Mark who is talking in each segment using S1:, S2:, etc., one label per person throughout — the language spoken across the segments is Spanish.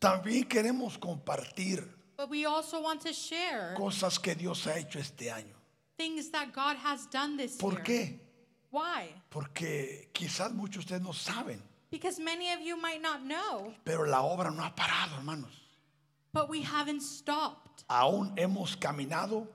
S1: También queremos compartir
S2: But we also want to share
S1: cosas que Dios ha hecho este año.
S2: things that God has done this
S1: ¿Por
S2: year.
S1: qué?
S2: Why?
S1: Porque quizás muchos de ustedes no saben,
S2: Because many of you might not know,
S1: pero la obra no ha parado, hermanos.
S2: but we haven't stopped.
S1: Aún hemos caminado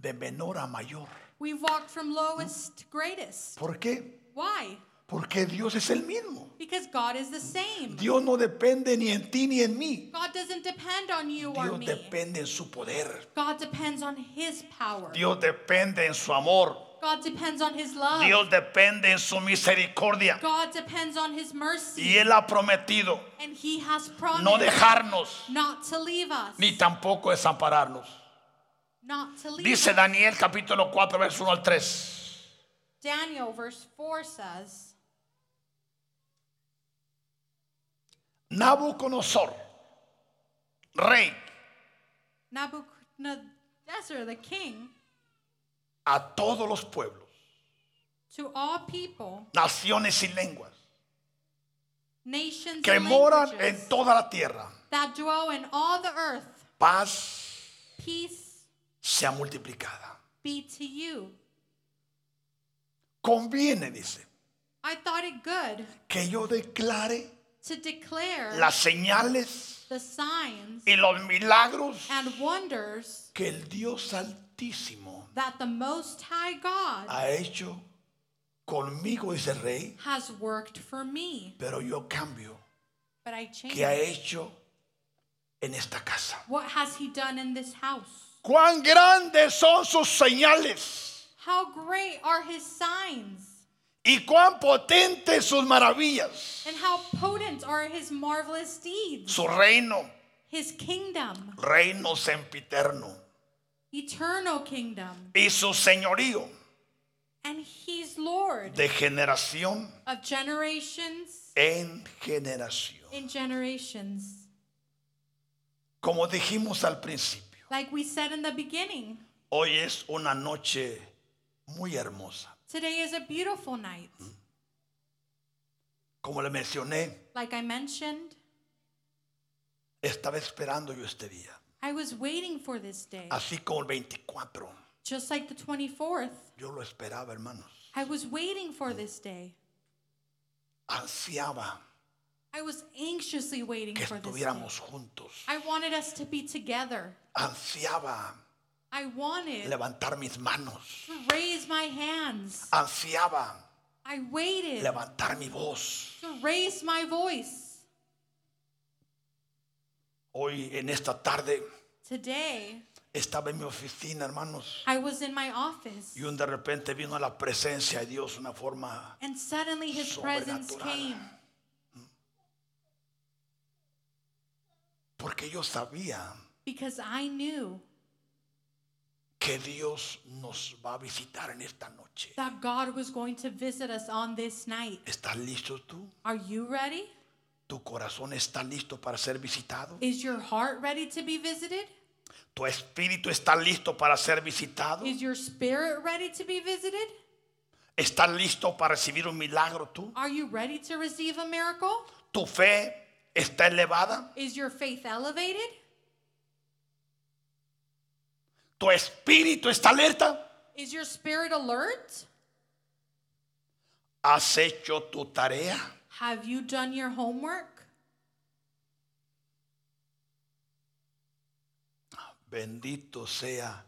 S1: de menor a mayor.
S2: We've walked from lowest to greatest.
S1: ¿Por qué?
S2: Why?
S1: Porque Dios es el mismo.
S2: Because God is the same.
S1: Dios no depende ni en ti ni en mí.
S2: God doesn't depend on you or
S1: Dios
S2: me.
S1: depende en su poder.
S2: God depends on His power.
S1: Dios depende en su amor.
S2: God depends on His love.
S1: Dios depende en su misericordia.
S2: God depends on His mercy.
S1: Y Él ha prometido
S2: And He has promised
S1: no dejarnos
S2: not to leave us.
S1: ni tampoco desampararnos.
S2: Not to leave
S1: Dice
S2: us.
S1: Daniel capítulo 4, verso 1 al 3.
S2: Daniel verse 4 says,
S1: Nabucodonosor, rey,
S2: Nebuchadnezzar the king
S1: a todos los pueblos,
S2: to all people,
S1: naciones y lenguas
S2: nations,
S1: que
S2: and
S1: moran
S2: languages
S1: en toda la tierra,
S2: that dwell in all the earth,
S1: paz
S2: peace
S1: sea multiplicada.
S2: be to you.
S1: Conviene, dice,
S2: I thought it good
S1: que yo declare
S2: to declare
S1: las señales
S2: the signs
S1: y los milagros
S2: and wonders
S1: que el Dios Altísimo
S2: that the Most High God
S1: ha hecho conmigo, dice el rey,
S2: has worked for me.
S1: pero yo cambio,
S2: But I changed.
S1: que ha hecho en esta casa.
S2: What has He done in this house?
S1: Cuán grandes son sus señales.
S2: How great are His signs?
S1: y cuán potentes sus maravillas,
S2: And how potent are his marvelous deeds,
S1: su reino,
S2: his kingdom,
S1: reino sempiterno,
S2: eternal kingdom.
S1: y su señorío
S2: And he's Lord
S1: de generación
S2: of generations
S1: en generación.
S2: in generations.
S1: Como dijimos al principio,
S2: Like we said in the beginning,
S1: hoy es una noche muy hermosa.
S2: today is a beautiful night.
S1: Como le mencioné,
S2: Like I mentioned,
S1: estaba esperando yo este día,
S2: I was waiting for this day.
S1: así como el 24.
S2: Just like the 24th,
S1: Yo lo esperaba, hermanos.
S2: I was waiting for this day.
S1: Ansiaba
S2: I was anxiously waiting
S1: que
S2: for this day.
S1: estuviéramos juntos.
S2: I wanted us to be together.
S1: Ansiaba
S2: I wanted
S1: levantar mis manos.
S2: to raise my hands.
S1: Ansiaba
S2: I waited
S1: levantar mi voz.
S2: to raise my voice.
S1: Hoy en esta tarde
S2: Today,
S1: estaba en mi oficina, hermanos,
S2: I was in my office,
S1: y un de repente vino la presencia de Dios de una forma
S2: and suddenly His presence
S1: Sobrenatural.
S2: came
S1: porque yo sabía
S2: because I knew
S1: que Dios nos va a visitar en esta noche.
S2: that God was going to visit us on this night.
S1: ¿Estás listo tú?
S2: Are you ready?
S1: ¿Tu corazón está listo para ser visitado?
S2: Is your heart ready to be visited?
S1: ¿Tu espíritu está listo para ser visitado?
S2: Is your spirit ready to be visited?
S1: ¿Estás listo para recibir un milagro tú?
S2: Are you ready to receive a miracle?
S1: ¿Tu fe está elevada?
S2: Is your faith elevated?
S1: ¿Tu espíritu está alerta?
S2: Is your spirit alert?
S1: ¿Has hecho tu tarea?
S2: Have you done your homework?
S1: Bendito sea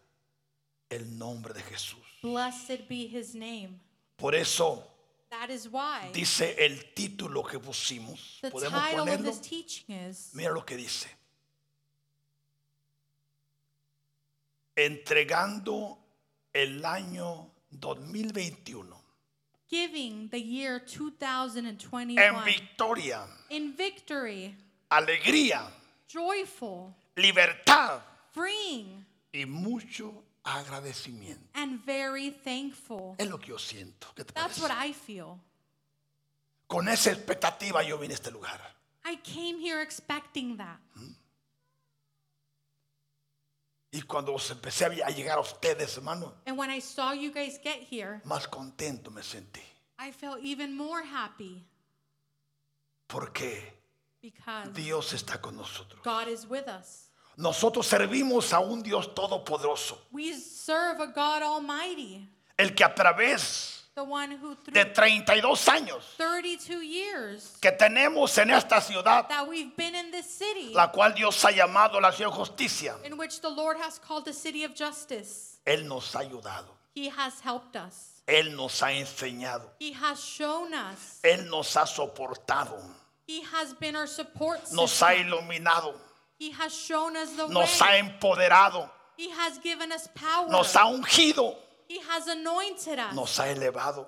S1: el nombre de Jesús.
S2: Blessed be His name.
S1: Por eso
S2: That is why.
S1: dice el título que pusimos.
S2: The
S1: Podemos
S2: title of
S1: ponerlo.
S2: this teaching is
S1: Mira lo que dice. Entregando el año 2021
S2: Giving the Year 2021
S1: en victoria,
S2: in Victory,
S1: alegría,
S2: Joyful,
S1: libertad
S2: Freeing,
S1: y mucho agradecimiento.
S2: and Very Thankful.
S1: Es lo que yo siento. ¿Qué te
S2: That's
S1: parece?
S2: what I feel.
S1: Con esa expectativa yo vine a este lugar.
S2: I came here expecting that.
S1: Y cuando os empecé a llegar a ustedes, hermano,
S2: And when I saw you guys get here,
S1: más contento me sentí.
S2: I felt even more happy
S1: Porque
S2: because
S1: Dios está con nosotros.
S2: God is with us.
S1: Nosotros servimos a un Dios todopoderoso,
S2: We serve a God Almighty,
S1: el que a través
S2: the one who through
S1: de 32 años
S2: 32 years
S1: que tenemos en esta ciudad,
S2: that we've been in this city,
S1: la cual Dios ha llamado la ciudad de justicia,
S2: in which the Lord has called the city of justice,
S1: Él nos ha ayudado,
S2: He has helped us.
S1: Él nos ha enseñado,
S2: He has shown us.
S1: Él nos ha soportado,
S2: He has been our support
S1: nos
S2: system.
S1: ha iluminado,
S2: He has shown us the
S1: nos
S2: way.
S1: ha empoderado,
S2: He has given us power.
S1: nos ha ungido,
S2: He has anointed us.
S1: nos ha elevado,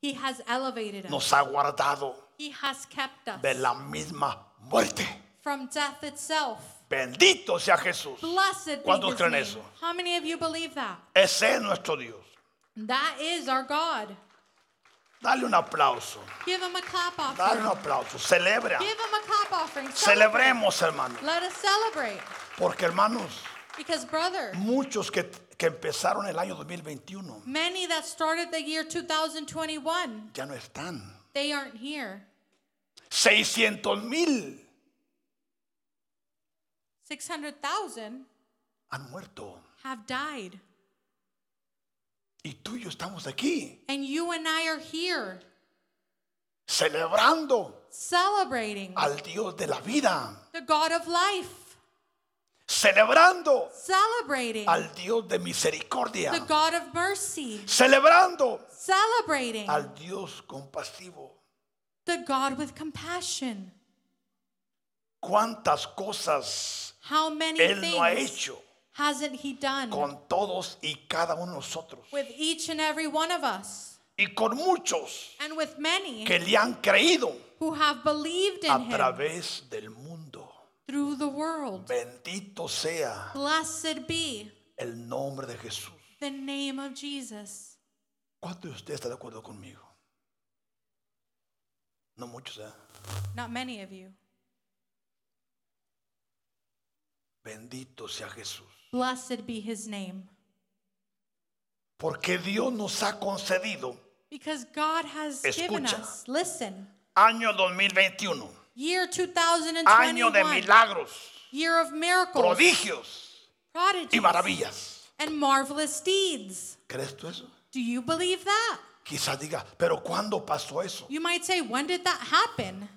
S2: He has elevated us.
S1: nos ha guardado
S2: He has kept us
S1: de la misma muerte.
S2: from death itself.
S1: Bendito sea Jesús.
S2: Blessed be
S1: ¿Cuántos
S2: his
S1: creen
S2: name.
S1: eso?
S2: How many of you believe that?
S1: Ese es nuestro Dios.
S2: That is our God.
S1: Dale un aplauso.
S2: Give him a clap
S1: Dale un
S2: offering.
S1: aplauso. Celebra.
S2: Give him a clap offering. Celebrate.
S1: Celebremos, hermano.
S2: Let us celebrate.
S1: Porque, hermanos,
S2: Because, brother,
S1: muchos que, que empezaron el año 2021
S2: many that started the year 2021,
S1: ya no están.
S2: they aren't here.
S1: 600 mil
S2: 600,000
S1: han muerto.
S2: have died.
S1: Y tú y yo estamos aquí
S2: And you and I are here
S1: celebrando
S2: celebrating
S1: al Dios de la vida.
S2: the God of life,
S1: Celebrando
S2: celebrating
S1: al Dios de misericordia.
S2: the God of mercy,
S1: Celebrando
S2: celebrating
S1: al Dios compasivo.
S2: the God with compassion.
S1: cuántas cosas
S2: How many
S1: Él no ha
S2: things
S1: hecho
S2: hasn't He done
S1: con todos y cada uno de nosotros
S2: with each and every one of us
S1: y con muchos
S2: and with many
S1: que le han creído
S2: who have believed in
S1: a
S2: Him
S1: través del mundo.
S2: through the world?
S1: Bendito sea
S2: Blessed be
S1: el nombre de Jesús.
S2: the name of Jesus.
S1: ¿Cuántos de ustedes están de acuerdo conmigo? No muchos, ¿eh?
S2: Not many of you.
S1: Bendito sea Jesús.
S2: Blessed be His name.
S1: Porque Dios nos ha concedido
S2: Because God has given
S1: Escucha.
S2: us, listen,
S1: año 2021,
S2: year
S1: año de
S2: 2021,
S1: milagros,
S2: year of miracles,
S1: prodigios y
S2: prodigies,
S1: maravillas.
S2: and marvelous deeds.
S1: ¿Crees tú eso?
S2: Do you believe that?
S1: Quizás diga, pero ¿cuándo pasó eso?
S2: You might say, when did that happen?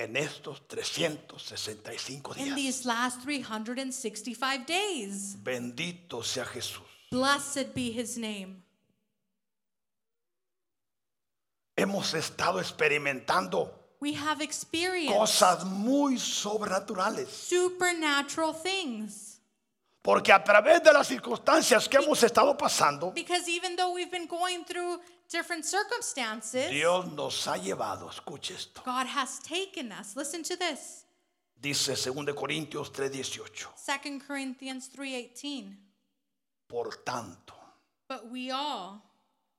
S1: En estos 365
S2: In
S1: días.
S2: these last 365 days.
S1: Bendito sea Jesús.
S2: Blessed be his name.
S1: Hemos estado experimentando
S2: We have experienced
S1: cosas muy sobrenaturales.
S2: supernatural things.
S1: Porque a través de las circunstancias que hemos estado pasando,
S2: Because even though we've been going through different circumstances,
S1: Dios nos ha llevado. Escuche esto.
S2: God has taken us. Listen to this.
S1: Dice 2 Corintios 3:18.
S2: 2 Corinthians 3:18.
S1: Por tanto,
S2: But we all,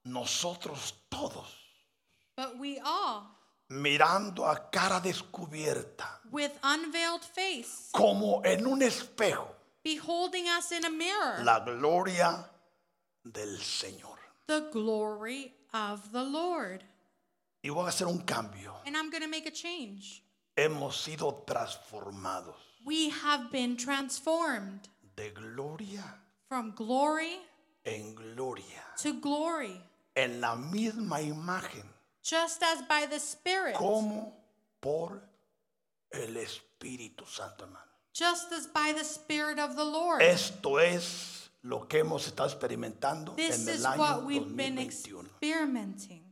S1: nosotros todos,
S2: but we all,
S1: mirando a cara descubierta,
S2: with unveiled face,
S1: como en un espejo,
S2: beholding us in a mirror,
S1: la gloria del Señor.
S2: the glory of the Lord.
S1: Y voy a hacer un cambio.
S2: And I'm going to make a change.
S1: Hemos sido transformados
S2: We have been transformed
S1: de gloria
S2: from glory
S1: en gloria,
S2: to glory,
S1: en la misma imagen,
S2: just as by the Spirit,
S1: como por el Espíritu Santo, hermano.
S2: just as by the Spirit of the Lord.
S1: Esto es lo que hemos estado experimentando
S2: This
S1: en
S2: is
S1: el año
S2: what we've been
S1: 2021.
S2: experimenting.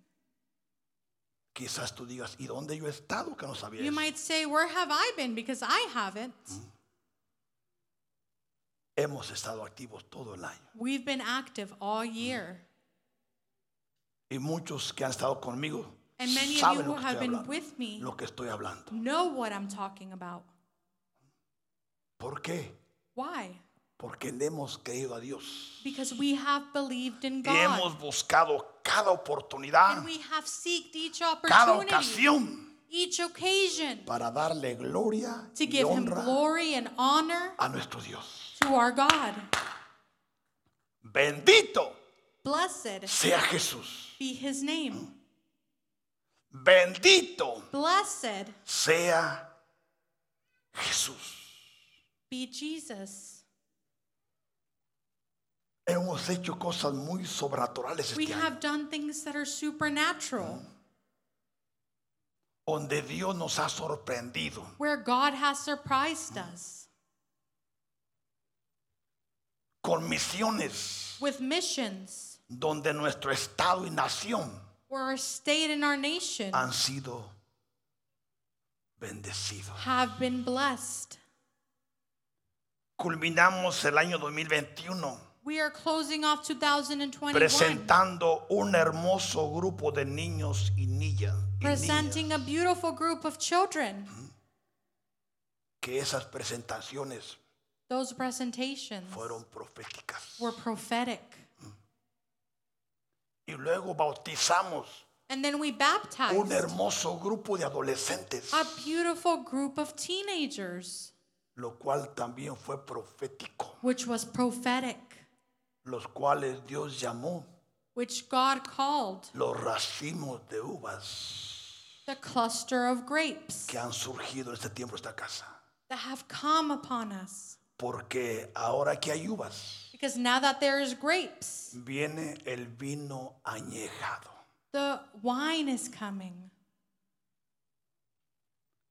S1: Quizás tú digas, ¿y dónde yo he estado que no sabía
S2: You
S1: eso?"
S2: might say, Where have I been? Because I haven't.
S1: Hemos estado activos todo el año.
S2: We've been active all year.
S1: Y muchos que han estado conmigo
S2: And many of you
S1: saben Mm.
S2: who
S1: lo que,
S2: have
S1: estoy
S2: been
S1: hablando,
S2: with me
S1: lo que estoy hablando.
S2: know what I'm talking about.
S1: ¿Por qué?
S2: Why?
S1: Porque le hemos creído a Dios.
S2: Because we have believed in
S1: Y hemos
S2: God.
S1: buscado cada oportunidad,
S2: And we have seeked each
S1: cada
S2: opportunity,
S1: ocasión
S2: each occasion
S1: para darle gloria
S2: to
S1: y
S2: give Him
S1: honra
S2: glory and honor
S1: a nuestro Dios.
S2: to our God.
S1: Bendito
S2: Blessed
S1: sea Jesús.
S2: be His name.
S1: Bendito
S2: Blessed
S1: sea Jesús.
S2: be Jesus.
S1: Hemos hecho cosas muy sobrenaturales
S2: We
S1: este año,
S2: have done things that are supernatural,
S1: donde Dios nos ha sorprendido.
S2: where God has surprised us
S1: con misiones
S2: with missions,
S1: donde nuestro estado y nación
S2: where our state and our nation
S1: han sido bendecidos.
S2: have been blessed.
S1: Culminamos el año 2021
S2: We are closing off 2021,
S1: presentando un hermoso grupo de niños y niñas, y niñas,
S2: presenting a beautiful group of children.
S1: que esas presentaciones
S2: Those presentations
S1: fueron proféticas.
S2: were prophetic.
S1: Y luego bautizamos
S2: And then we
S1: un
S2: baptized
S1: hermoso grupo de adolescentes,
S2: a beautiful group of teenagers,
S1: lo cual también fue profético,
S2: which was prophetic,
S1: los cuales Dios llamó
S2: which God called
S1: los racimos de uvas.
S2: the cluster of grapes
S1: que han surgido en este tiempo en esta casa.
S2: that have come upon us.
S1: Porque ahora que hay uvas,
S2: Because now that there is grapes,
S1: viene el vino añejado.
S2: the wine is coming.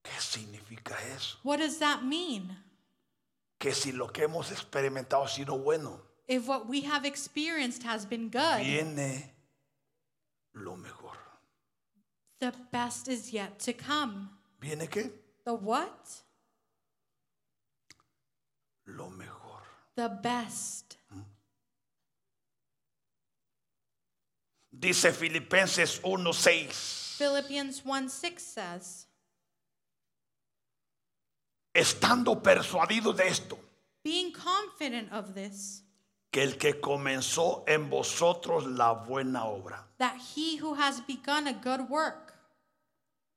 S1: ¿Qué significa eso?
S2: What does that mean?
S1: Que si lo que hemos experimentado ha sido bueno,
S2: If what we have experienced has been good,
S1: viene lo mejor.
S2: the best is yet to come.
S1: ¿Viene qué?
S2: The what?
S1: Lo mejor.
S2: The best.
S1: Dice Filipenses 1:6,
S2: Philippians 1 6 says,
S1: estando persuadido de esto,
S2: being confident of this,
S1: que el que comenzó en vosotros la buena obra.
S2: that he who has begun a good work,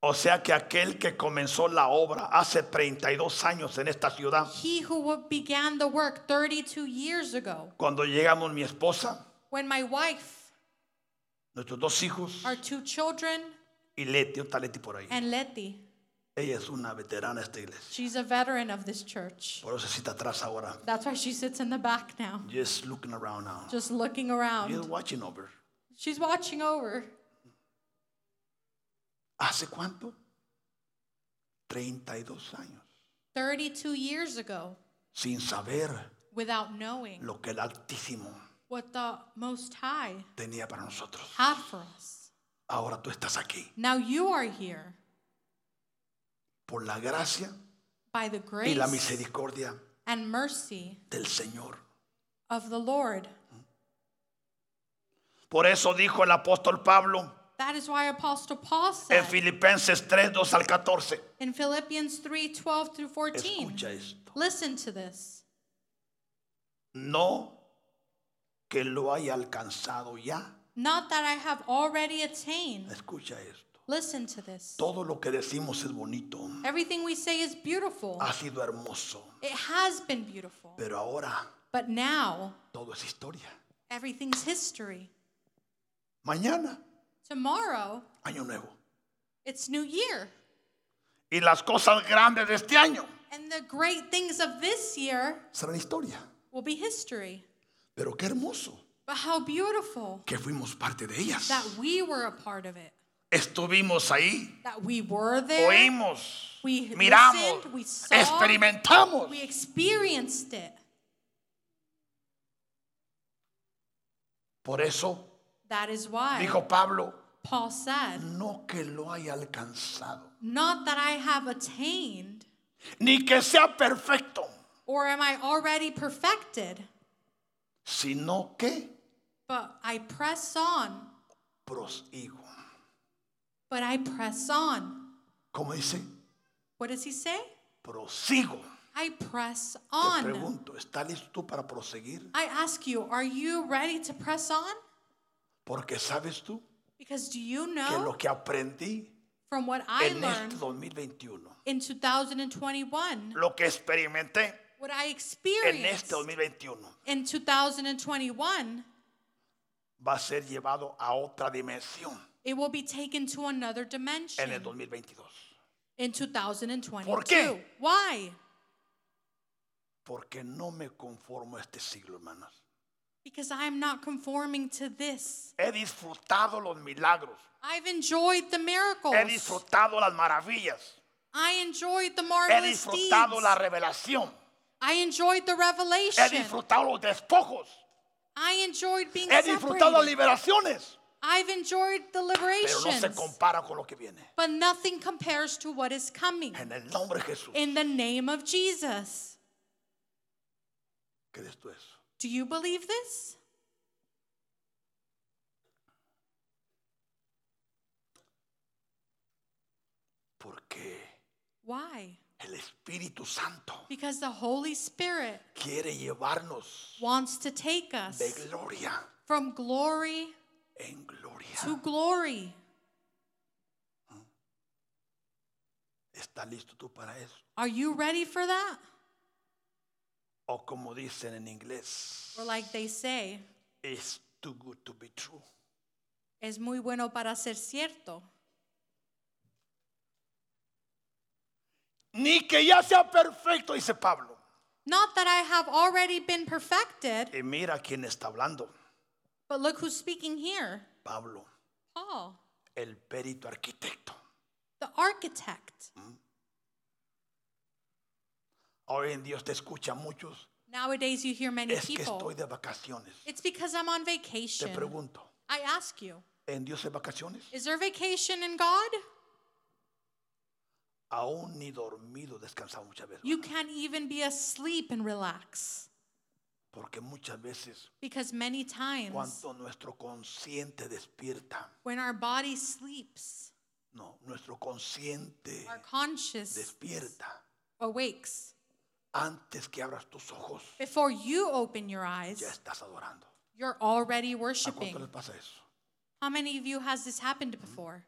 S1: O sea que aquel que comenzó la obra hace 32 años en esta ciudad,
S2: he who wo- began the work 32 years ago,
S1: cuando llegamos mi esposa,
S2: when my wife,
S1: nuestros dos hijos
S2: our two children,
S1: y Leti, otra Leti por ahí.
S2: and Letty,
S1: Ella es una veterana de esta iglesia.
S2: she's a veteran of this church.
S1: Por eso se cita atrás ahora.
S2: That's why she sits in the back now,
S1: Just looking around now.
S2: just looking
S1: Just
S2: around.
S1: watching over.
S2: She's watching over.
S1: ¿Hace cuánto? 32 años.
S2: 32 years ago,
S1: Sin saber
S2: without knowing
S1: lo que el Altísimo
S2: what the Most High
S1: tenía para nosotros.
S2: had for us.
S1: Ahora tú estás aquí.
S2: Now you are here
S1: Por la gracia
S2: by the
S1: y la
S2: grace
S1: misericordia
S2: and mercy
S1: del Señor.
S2: of the Lord.
S1: Por eso dijo el apóstol Pablo
S2: That is why Apostle Paul
S1: en
S2: said
S1: Filipenses 3, 2 al 14.
S2: in Philippians 3 12 through 14.
S1: Escucha esto.
S2: Listen to this.
S1: No que lo haya alcanzado ya.
S2: Not that I have already attained.
S1: Escucha esto.
S2: Listen to this.
S1: Todo lo que decimos es bonito.
S2: Everything we say is beautiful.
S1: Ha sido hermoso.
S2: It has been beautiful.
S1: Pero ahora
S2: But now,
S1: todo es historia.
S2: everything's history.
S1: Mañana,
S2: Tomorrow,
S1: año nuevo.
S2: it's New Year.
S1: Y las cosas grandes de este año
S2: And the great things of this year
S1: serán historia.
S2: will be history.
S1: Pero qué hermoso
S2: But how beautiful
S1: que fuimos parte de ellas.
S2: that we were a part of it,
S1: Estuvimos ahí.
S2: that we were there.
S1: Oímos.
S2: We
S1: Miramos.
S2: listened, we saw,
S1: Experimentamos.
S2: we experienced it.
S1: Por eso
S2: That is why
S1: dijo Pablo,
S2: Paul said,
S1: no que lo haya alcanzado,
S2: Not that I have attained,
S1: ni que sea perfecto,
S2: or am I already perfected,
S1: sino que
S2: but I press on,
S1: prosigo.
S2: but I press on.
S1: ¿Cómo dice?
S2: What does he say?
S1: Prosigo.
S2: I press
S1: Te
S2: on.
S1: pregunto, ¿estás listo tú para proseguir?
S2: I ask you, are you ready to press on?
S1: Porque sabes tú
S2: Because do you
S1: que
S2: know
S1: lo que aprendí
S2: from what I
S1: en este
S2: learned
S1: 2021,
S2: in 2021,
S1: lo que experimenté
S2: what I
S1: en este
S2: experienced
S1: 2021,
S2: in 2021
S1: va a ser llevado a otra dimensión
S2: It will be taken to another
S1: en el
S2: dimension
S1: 2022.
S2: in 2022.
S1: ¿Por qué?
S2: Why?
S1: Porque no me conformo a este siglo, hermanos.
S2: Because I am not conforming to this.
S1: He disfrutado los milagros.
S2: I've enjoyed the miracles.
S1: He disfrutado las maravillas.
S2: I enjoyed the
S1: He
S2: marvelous
S1: disfrutado
S2: deeds.
S1: la revelación.
S2: I enjoyed the
S1: He
S2: revelation.
S1: disfrutado los despojos.
S2: I enjoyed being
S1: He disfrutado las
S2: separated.
S1: liberaciones.
S2: I've enjoyed the
S1: Pero no se
S2: liberation.
S1: compara con lo que viene.
S2: but nothing compares to what is coming.
S1: En el nombre de Jesús.
S2: In the name of Jesus.
S1: ¿Crees tú eso?
S2: Do you believe this?
S1: Porque
S2: Why?
S1: el Espíritu Santo
S2: Because the Holy Spirit
S1: quiere llevarnos
S2: wants to take
S1: de
S2: us
S1: gloria
S2: from glory
S1: en gloria.
S2: to glory.
S1: ¿Estás listo tú para eso?
S2: Are you ready for that?
S1: O como dicen en inglés,
S2: Or, like they say,
S1: it's too good to be true.
S2: es muy bueno para ser cierto.
S1: Ni que ya sea perfecto, dice Pablo.
S2: Not that I have already been perfected,
S1: Y mira quién está hablando.
S2: but look who's speaking here
S1: Pablo,
S2: Paul,
S1: el perito arquitecto.
S2: the architect.
S1: Hoy en Dios te escucha muchos.
S2: Nowadays, you hear many
S1: Es que estoy
S2: people.
S1: de vacaciones.
S2: It's because I'm on
S1: Te
S2: vacation.
S1: pregunto,
S2: I ask you,
S1: ¿en Dios hay vacaciones?
S2: is there vacation in God?
S1: Aún ni dormido descansado muchas veces.
S2: You can't even be asleep and relax.
S1: Porque muchas veces
S2: Because many times
S1: cuando nuestro consciente despierta,
S2: when our body sleeps,
S1: no, nuestro consciente
S2: our conscious
S1: despierta
S2: awakes.
S1: antes que abras tus ojos,
S2: Before you open your
S1: ya
S2: eyes,
S1: estás adorando.
S2: you're already
S1: ¿A cuánto
S2: worshiping.
S1: les pasa eso?
S2: How many of you has this happened before?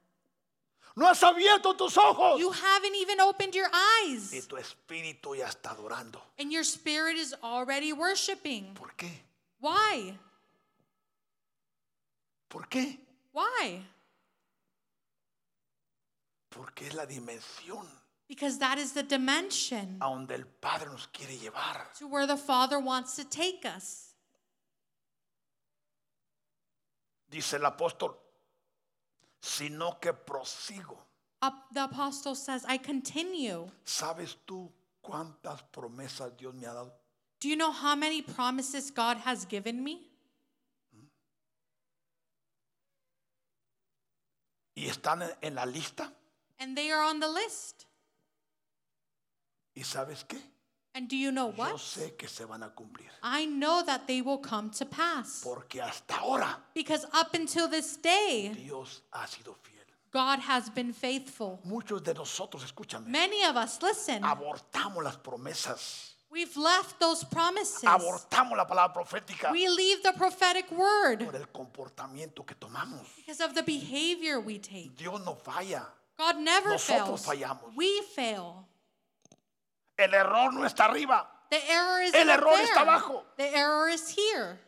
S1: No has abierto tus ojos.
S2: You haven't even opened your
S1: Y
S2: eyes,
S1: tu espíritu ya está adorando.
S2: and your spirit is already worshiping.
S1: ¿Por qué?
S2: Why?
S1: ¿Por qué?
S2: Why?
S1: Porque es la dimensión
S2: Because that is the dimension
S1: a donde el Padre nos quiere llevar.
S2: to where the Father wants to take us.
S1: Dice el apóstol, sino que prosigo.
S2: Up- The apostle says, I continue.
S1: ¿Sabes tú cuántas promesas Dios me ha dado?
S2: Do you know how many promises God has given me?
S1: Y están en- en la lista.
S2: And they are on the list.
S1: ¿Y sabes qué?
S2: And do you know
S1: Yo
S2: what?
S1: sé que se van a cumplir.
S2: I know that they will come to pass.
S1: Porque hasta ahora
S2: Because up until this day,
S1: Dios ha sido fiel.
S2: God has been faithful.
S1: Muchos de nosotros, escúchame,
S2: Many of us, listen,
S1: abortamos las promesas.
S2: we've left those promises.
S1: Abortamos la palabra profética
S2: We leave the prophetic word
S1: por el comportamiento que tomamos.
S2: because of the behavior we take.
S1: Dios no falla.
S2: God never
S1: Nosotros
S2: fails.
S1: fallamos.
S2: We fail.
S1: El error no está arriba,
S2: The error is
S1: El
S2: not
S1: error
S2: there.
S1: está abajo.
S2: The error is here.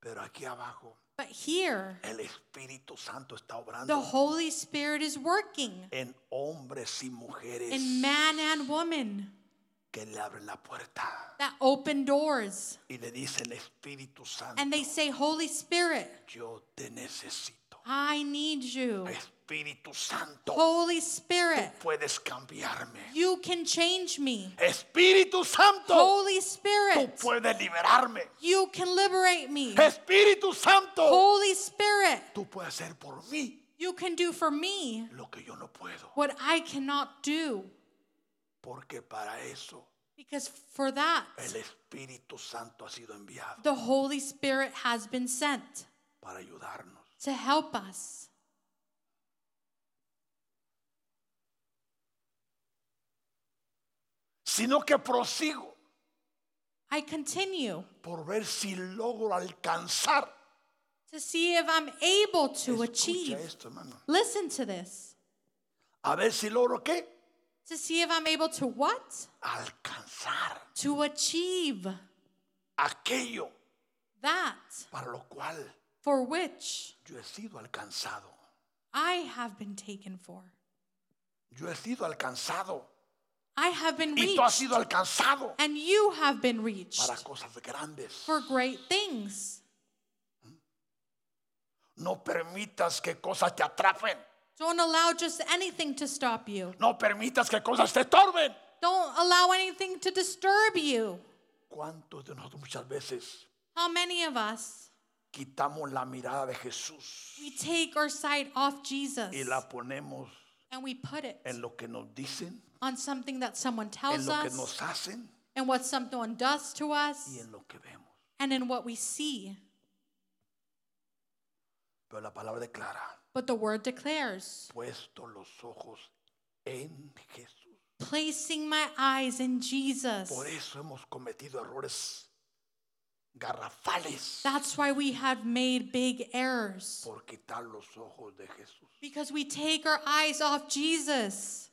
S1: pero aquí abajo
S2: But here,
S1: el Espíritu Santo está
S2: the
S1: obrando
S2: Holy Spirit is working
S1: en hombres y mujeres
S2: in man and woman.
S1: que le abren la puerta
S2: that open doors
S1: y le dicen Espíritu Santo,
S2: and they say, Holy Spirit,
S1: yo te necesito.
S2: I need you.
S1: Espíritu Santo,
S2: Holy Spirit,
S1: puedes cambiarme.
S2: you can change me.
S1: Espíritu Santo,
S2: Holy
S1: tú
S2: Spirit,
S1: puedes liberarme.
S2: you can liberate me.
S1: Espíritu Santo,
S2: Holy Spirit,
S1: tú puedes hacer por mí
S2: you can do for me
S1: lo que yo no puedo,
S2: what I cannot do.
S1: porque para eso
S2: Because for that,
S1: El Espíritu Santo ha sido enviado
S2: the Holy Spirit has been sent
S1: para ayudarnos.
S2: to help us.
S1: Sino que prosigo
S2: I continue
S1: por ver si logro alcanzar.
S2: to see if I'm able to
S1: Escucha
S2: achieve.
S1: esto, hermano.
S2: Listen to this.
S1: A ver si logro qué?
S2: To see if I'm able to what?
S1: Alcanzar
S2: To achieve
S1: aquello
S2: that
S1: para lo cual
S2: for which
S1: yo he sido alcanzado.
S2: I have been taken for.
S1: Yo he sido alcanzado.
S2: I have been
S1: Y tú has
S2: reached.
S1: sido alcanzado
S2: And you have been reached
S1: para cosas grandes.
S2: for great things.
S1: No permitas que cosas te atrapen.
S2: Don't allow just anything to stop you.
S1: No permitas que cosas te estorben.
S2: Don't allow anything to disturb you.
S1: ¿Cuántos de nosotros muchas veces
S2: How many of us
S1: quitamos la mirada de Jesús
S2: we take our sight off Jesus
S1: y la ponemos
S2: and we put it
S1: en lo que nos dicen,
S2: on something that someone
S1: en
S2: tells
S1: lo que
S2: us
S1: nos hacen
S2: and what someone does to
S1: y
S2: us
S1: en lo que vemos?
S2: and in what we see?
S1: Pero la palabra declara,
S2: But the word declares,
S1: puesto los ojos en Jesús.
S2: placing my eyes in Jesus.
S1: Por eso hemos cometido errores garrafales
S2: That's why we have made big errors
S1: por quitar los ojos de Jesús.
S2: because we take our eyes off Jesus.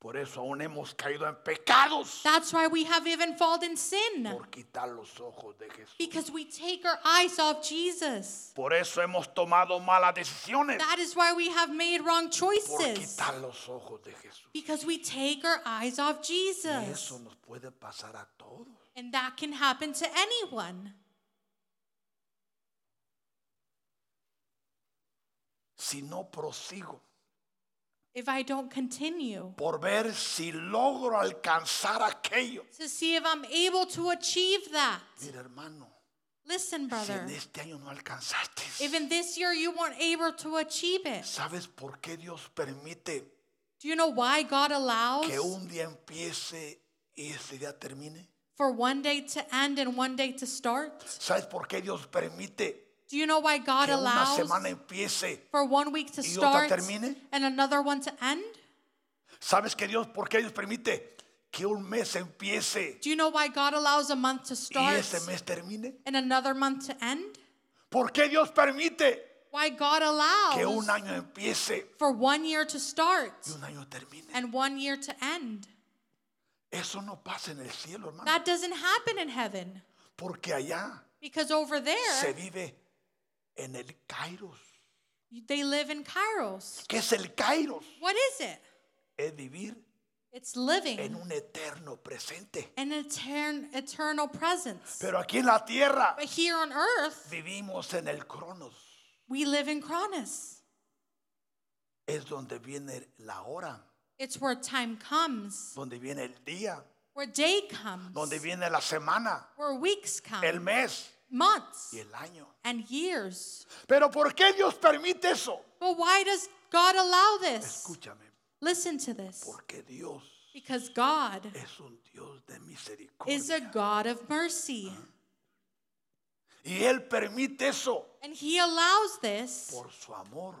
S1: Por eso aún hemos caído en pecados
S2: That's why we have even fallen in sin
S1: por quitar los ojos de Jesús.
S2: because we take our eyes off Jesus.
S1: Por eso hemos tomado malas decisiones
S2: That is why we have made wrong
S1: por
S2: choices
S1: quitar los ojos de Jesús.
S2: because we take our eyes off
S1: Y
S2: Jesus.
S1: eso nos puede pasar a todos.
S2: And that can happen to anyone.
S1: Si no prosigo
S2: If I don't continue
S1: por ver si logro alcanzar aquello.
S2: to see if I'm able to achieve that.
S1: Mira, hermano,
S2: Listen,
S1: si
S2: brother,
S1: en este año no alcanzaste,
S2: even this year you weren't able to achieve it.
S1: ¿sabes por qué Dios permite
S2: Do you know why God
S1: que
S2: allows
S1: un día empiece y ese día termine?
S2: for one day to end and one day to start?
S1: ¿Sabes por qué Dios permite
S2: Do you know why God
S1: que una semana
S2: allows
S1: empiece?
S2: for one week to
S1: y otra
S2: start
S1: termine?
S2: and another one to end?
S1: ¿Sabes que Dios, por qué Dios permite que un mes empiece
S2: Do you know why God allows a month to
S1: y
S2: start
S1: ese mes termine?
S2: and another month to end?
S1: ¿Por qué Dios permite
S2: Why God
S1: que un
S2: allows
S1: año empiece
S2: for one year to start
S1: y un año termine?
S2: and one year to end?
S1: Eso no pasa en el cielo, hermano,
S2: That doesn't happen in heaven
S1: porque allá
S2: because over
S1: se
S2: there
S1: vive en el Kairos.
S2: they live in Kairos.
S1: ¿Qué es el Kairos?
S2: What is it?
S1: Es vivir
S2: It's
S1: en
S2: living
S1: un eterno presente.
S2: an etern- eternal presence.
S1: Pero aquí en la tierra
S2: But here on earth,
S1: vivimos en el Cronos.
S2: we live in Chronos.
S1: Es donde viene la hora,
S2: It's where time comes,
S1: donde viene el día,
S2: where day comes,
S1: donde viene la semana,
S2: where weeks come,
S1: el mes
S2: months,
S1: y el año.
S2: and years.
S1: Pero ¿por qué Dios permite eso?
S2: But why does God allow this?
S1: Escúchame,
S2: Listen to this.
S1: porque Dios
S2: Because God
S1: es un Dios de
S2: is a
S1: misericordia.
S2: God of mercy,
S1: Ah. Y Él permite eso
S2: and He allows this.
S1: por su amor,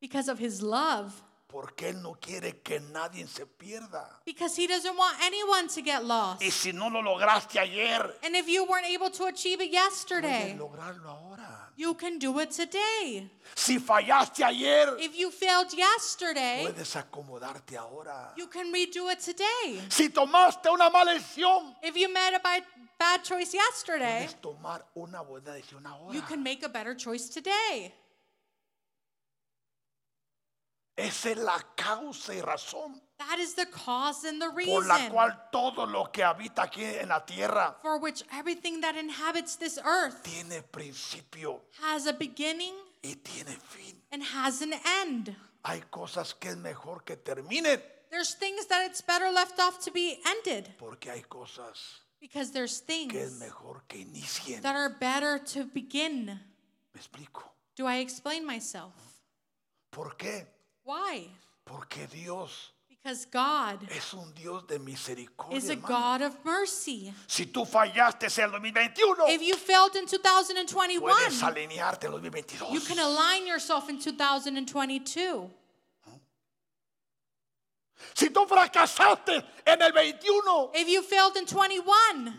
S2: because of his love
S1: porque Él no quiere que nadie se pierda.
S2: because he doesn't want anyone to get lost
S1: Y si no lo lograste ayer,
S2: and if you weren't able to achieve it yesterday
S1: puedes lograrlo ahora.
S2: you can do it today
S1: Si fallaste ayer,
S2: if you failed yesterday
S1: puedes acomodarte ahora.
S2: ¿Eh? you can redo it today
S1: Si tomaste una mala decisión,
S2: if you made a bad, bad choice yesterday
S1: puedes tomar una buena decisión ahora.
S2: you can make a better choice today
S1: Esa es la causa y razón
S2: that is the cause and the
S1: por la
S2: reason
S1: cual todo lo que habita aquí en la tierra
S2: for which everything that inhabits this earth
S1: tiene principio
S2: has a beginning
S1: y tiene fin.
S2: and has an end
S1: Hay cosas que es mejor que terminen
S2: there's things that it's better left off to be ended
S1: porque hay cosas
S2: Because there's
S1: que es
S2: things
S1: mejor que inicien.
S2: that are better to begin.
S1: ¿Me explico?
S2: Do I explain myself?
S1: ¿Por qué?
S2: Why?
S1: Porque Dios
S2: Because God
S1: es un Dios de
S2: is
S1: misericordia.
S2: a
S1: hermano.
S2: God of mercy.
S1: Si tú fallaste en el 2021,
S2: If you failed in 2021,
S1: puedes alinearte en el
S2: you
S1: 2022.
S2: can align yourself in 2022.
S1: Si tú fracasaste en el 21,
S2: If you failed in 21,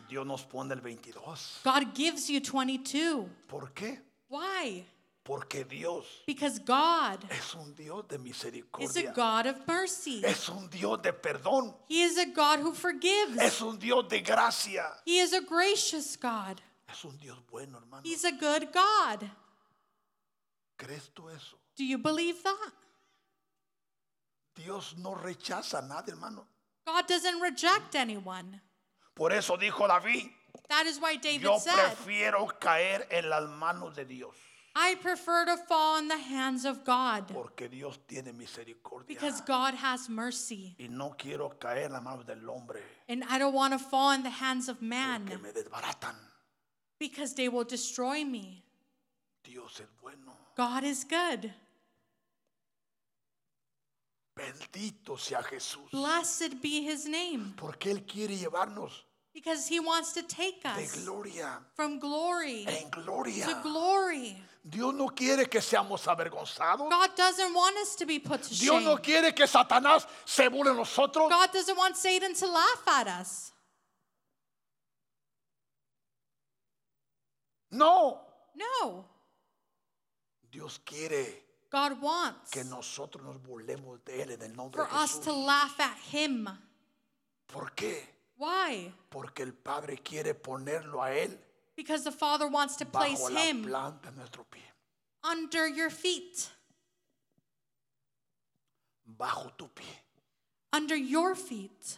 S1: Dios nos pone el 22.
S2: God gives you 22.
S1: ¿Por qué?
S2: Why?
S1: Porque Dios
S2: Because God
S1: es un Dios de
S2: is a
S1: misericordia.
S2: God of mercy.
S1: Es un Dios de perdón.
S2: He is a God who forgives.
S1: Es un Dios de gracia.
S2: He is a gracious God.
S1: Es un Dios bueno, hermano.
S2: He's a good God.
S1: ¿Crees tú eso?
S2: Do you believe that?
S1: Dios no rechaza a nadie, hermano.
S2: God doesn't reject anyone.
S1: Por eso dijo David,
S2: That is why
S1: yo
S2: David said,
S1: prefiero caer en las manos de Dios,
S2: I prefer to fall in the hands of God
S1: porque Dios tiene misericordia.
S2: because God has mercy.
S1: Y no quiero caer en las manos del hombre,
S2: And I don't want to fall in the hands of
S1: que
S2: man
S1: me desbaratan.
S2: because they will destroy me.
S1: Dios es bueno.
S2: God is good.
S1: Bendito sea Jesús.
S2: Blessed be his name
S1: Porque Él quiere llevarnos
S2: because he wants to take
S1: de
S2: us
S1: gloria
S2: from glory
S1: en
S2: to
S1: gloria.
S2: glory.
S1: Dios no quiere que seamos avergonzados.
S2: God doesn't want us to be put to
S1: Dios no
S2: shame.
S1: quiere que Satanás se burle de nosotros.
S2: God doesn't want Satan to laugh at us.
S1: No.
S2: No,
S1: Dios quiere
S2: God wants
S1: que nosotros nos burlemos de Él en el nombre
S2: for
S1: de
S2: us to
S1: Jesús.
S2: laugh at him.
S1: ¿Por qué?
S2: Why?
S1: Porque el Padre quiere ponerlo a Él
S2: Because the Father wants to place
S1: bajo la
S2: him
S1: planta de nuestro pie,
S2: under your feet,
S1: bajo tu pie,
S2: under your feet,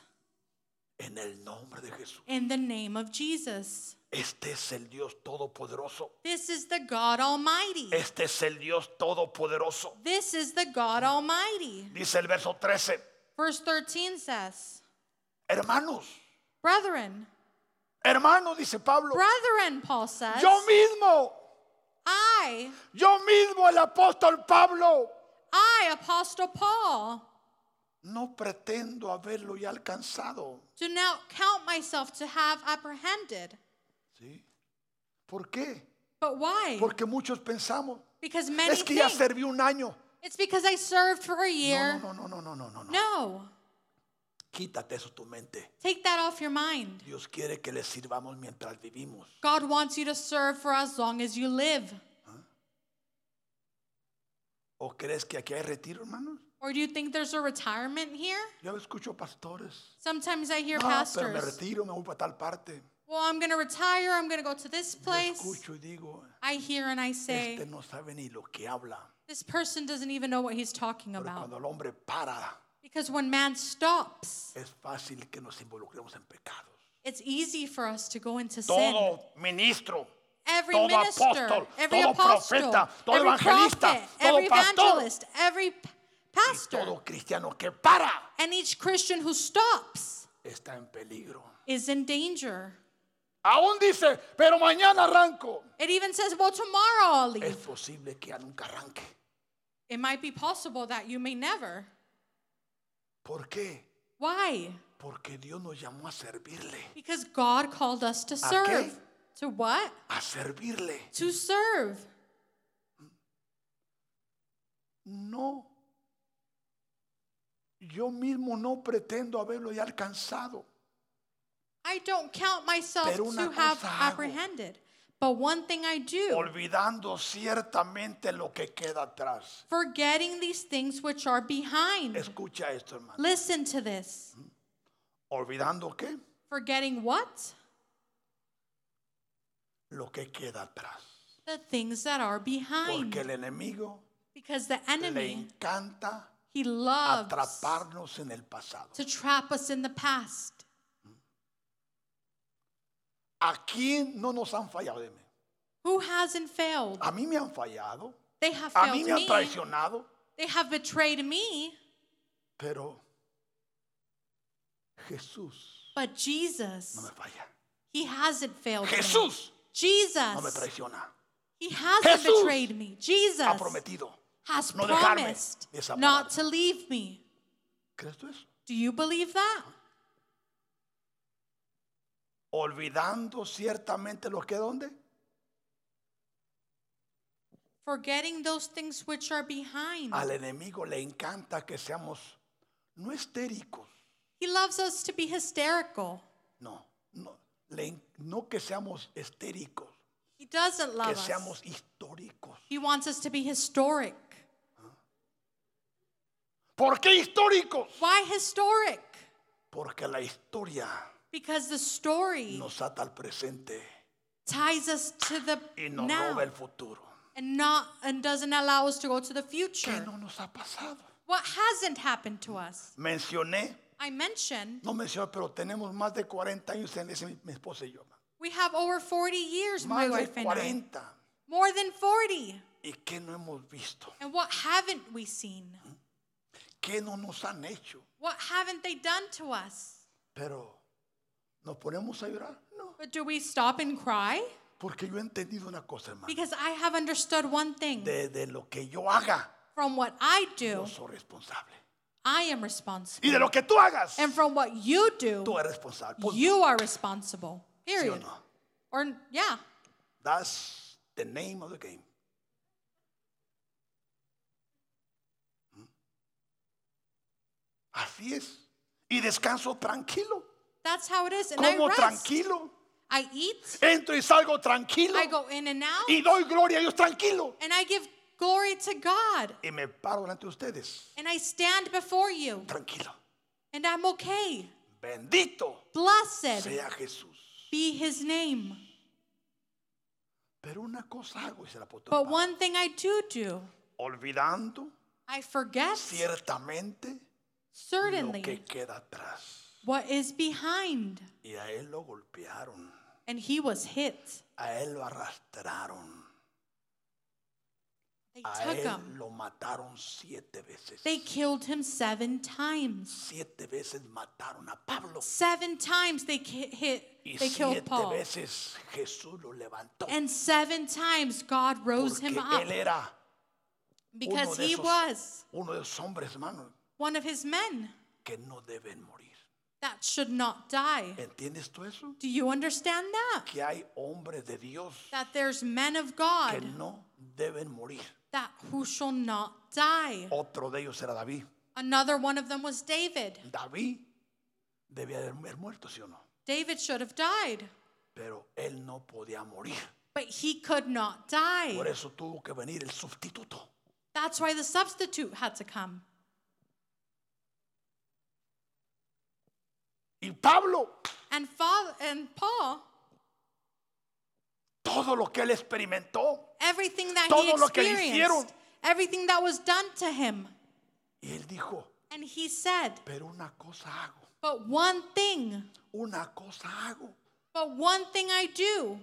S1: en el nombre de Jesús.
S2: in the name of Jesus.
S1: Este es el Dios Todopoderoso.
S2: This is the God Almighty.
S1: Este es el Dios Todopoderoso.
S2: This is the God Almighty.
S1: Dice el verso 13.
S2: Verse 13 says,
S1: Hermanos,
S2: Brethren,
S1: hermanos, dice Pablo.
S2: brethren, Paul says,
S1: Yo mismo,
S2: I,
S1: yo mismo el apóstol Pablo.
S2: I, Apostle Paul,
S1: No pretendo haberlo ya alcanzado.
S2: do now count myself to have apprehended.
S1: ¿Sí? ¿Por qué?
S2: But why?
S1: Porque muchos pensamos.
S2: Because many
S1: Es que ya
S2: think
S1: serví un año.
S2: it's because I served for a year.
S1: No, no, no, no, no, no, no, no.
S2: No,
S1: Quítate eso de tu mente.
S2: take that off your mind.
S1: Dios quiere que le sirvamos mientras vivimos.
S2: God wants you to serve for as long as you live.
S1: ¿O crees que aquí hay retiro, hermanos?
S2: Or do you think there's a retirement here?
S1: Yo escucho pastores.
S2: Sometimes I hear
S1: Ah, pero me
S2: pastors,
S1: retiro, me voy para tal parte.
S2: well, I'm going to retire, I'm going to go to this
S1: Yo
S2: place.
S1: escucho y digo,
S2: I hear and I say,
S1: este no sabe ni lo que habla.
S2: this person doesn't even know what he's talking
S1: Pero
S2: about.
S1: cuando el hombre para,
S2: Because when man stops,
S1: es fácil que nos involucremos en pecados.
S2: it's easy for us to go into sin.
S1: Todo ministro,
S2: Every
S1: todo
S2: minister,
S1: apóstol,
S2: every
S1: todo
S2: apostle,
S1: profeta, todo
S2: every
S1: evangelista, todo
S2: prophet, every
S1: pastor.
S2: evangelist, every p-
S1: y
S2: pastor,
S1: todo cristiano que para,
S2: and each Christian who stops
S1: está en peligro.
S2: is in danger.
S1: Aún dice, pero mañana arranco.
S2: It even says, well, tomorrow I'll
S1: Es
S2: leave.
S1: posible que ya nunca arranque.
S2: It might be possible that you may never.
S1: ¿Por qué?
S2: Why?
S1: Porque Dios nos llamó a servirle.
S2: Because God called us to
S1: qué?
S2: serve. To what?
S1: A servirle.
S2: To serve.
S1: No. Yo mismo no pretendo haberlo ya alcanzado.
S2: I don't count myself
S1: Pero una
S2: to have
S1: cosa hago.
S2: apprehended. But one thing I do,
S1: Olvidando ciertamente lo que queda atrás.
S2: forgetting these things which are behind.
S1: Escucha esto, hermano.
S2: Listen to this.
S1: Olvidando qué?
S2: Forgetting what?
S1: Lo que queda atrás.
S2: The things that are
S1: Porque
S2: behind.
S1: el enemigo
S2: Because the
S1: le
S2: enemy,
S1: encanta
S2: he loves
S1: atraparnos en el pasado.
S2: to trap us in the past.
S1: ¿A quién no nos han fallado? Dime.
S2: Who hasn't failed?
S1: A mí me han fallado.
S2: They have
S1: A mí
S2: failed
S1: me han
S2: me.
S1: traicionado.
S2: They have betrayed me.
S1: Pero Jesús
S2: But
S1: no
S2: Jesus,
S1: me falla.
S2: he hasn't failed me.
S1: Jesús no me
S2: Jesus,
S1: traiciona.
S2: he hasn't
S1: Jesús
S2: betrayed me. Jesus
S1: Ha prometido.
S2: has
S1: no dejarme
S2: promised
S1: desamparar.
S2: not to leave me.
S1: ¿Crees tú eso?
S2: Do you believe that?
S1: Olvidando ciertamente lo que dónde.
S2: Forgetting those things which are behind.
S1: Al enemigo le encanta que seamos no histéricos.
S2: He loves us to be hysterical.
S1: No, no, le en- no que seamos histéricos,
S2: He doesn't love
S1: que
S2: us.
S1: seamos históricos.
S2: He wants us to be historic.
S1: ¿Por qué históricos?
S2: Why historic?
S1: Porque la historia
S2: Because the story
S1: nos ata al presente
S2: ties us to the
S1: y nos roba
S2: now
S1: el futuro.
S2: and not and doesn't allow us to go to the
S1: ¿Qué
S2: future.
S1: no nos ha pasado?
S2: What hasn't happened to us?
S1: Mencioné,
S2: I mentioned
S1: no mencioné, pero tenemos más de 40 años en ese, mi, mi esposa y yo.
S2: we have over 40 years, my
S1: Más de
S2: wife and I.
S1: 40.
S2: More than 40.
S1: ¿Y qué no hemos visto?
S2: And what haven't we seen?
S1: ¿Qué no nos han hecho?
S2: What haven't they done to us?
S1: Pero, ¿nos ponemos a llorar? No.
S2: But do we stop and cry?
S1: Porque yo he entendido una cosa, hermano.
S2: Because I have understood one thing.
S1: De, de lo que yo haga,
S2: From what I do,
S1: yo soy responsable.
S2: I am
S1: Y
S2: responsible.
S1: de lo que tú hagas,
S2: And from what you do,
S1: tú eres responsable. Punto.
S2: you are responsible.
S1: ¿Sí o
S2: Period.
S1: no?
S2: Or, yeah.
S1: That's the name of the game. ¿Mm? Así es. Y descanso tranquilo.
S2: That's how it is. And I
S1: Como
S2: rest.
S1: tranquilo.
S2: I eat.
S1: Entro y salgo tranquilo.
S2: I go in and out.
S1: Y doy gloria a Dios tranquilo.
S2: And I give glory to God.
S1: Y me paro delante de ustedes.
S2: And I stand before you.
S1: Tranquilo.
S2: And I'm okay.
S1: Bendito
S2: Blessed
S1: sea Jesús.
S2: be his name.
S1: Pero una cosa hago, dice el apóstol.
S2: But
S1: Pablo,
S2: one thing I do do,
S1: olvidando
S2: I forget
S1: ciertamente lo
S2: certainly
S1: que queda atrás.
S2: what is behind.
S1: Y a él lo golpearon.
S2: And he was hit.
S1: A él lo arrastraron.
S2: They
S1: A
S2: took
S1: él
S2: him.
S1: lo mataron siete veces.
S2: They killed him seven times.
S1: Siete veces mataron a Pablo.
S2: Seven times they ki- hit.
S1: Y
S2: They
S1: siete
S2: killed Paul.
S1: veces Jesús lo levantó.
S2: And seven times God rose
S1: Porque
S2: him up
S1: él era uno
S2: because
S1: de
S2: he
S1: esos-
S2: was
S1: uno de esos hombres, hermano,
S2: one of his men
S1: que no deben morir.
S2: that should not die.
S1: ¿Entiendes tú eso?
S2: Do you understand that?
S1: Que hay hombres de Dios
S2: That there's men of
S1: que
S2: God
S1: no deben morir.
S2: that who shall not die.
S1: Otro de ellos era David.
S2: Another one of them was David.
S1: David debía de haber muerto, ¿sí o no?
S2: David should have died,
S1: Pero él no podía morir.
S2: but he could not
S1: Por
S2: die.
S1: eso tuvo que venir el sustituto.
S2: That's why the substitute had to come.
S1: Y Pablo,
S2: And Father, and Paul,
S1: todo lo que él experimentó,
S2: everything that he
S1: Todo lo que le hicieron.
S2: experienced, everything that was done to him,
S1: y él dijo,
S2: and he said,
S1: pero una cosa hago,
S2: "But one thing,
S1: una cosa hago,
S2: but one thing I do,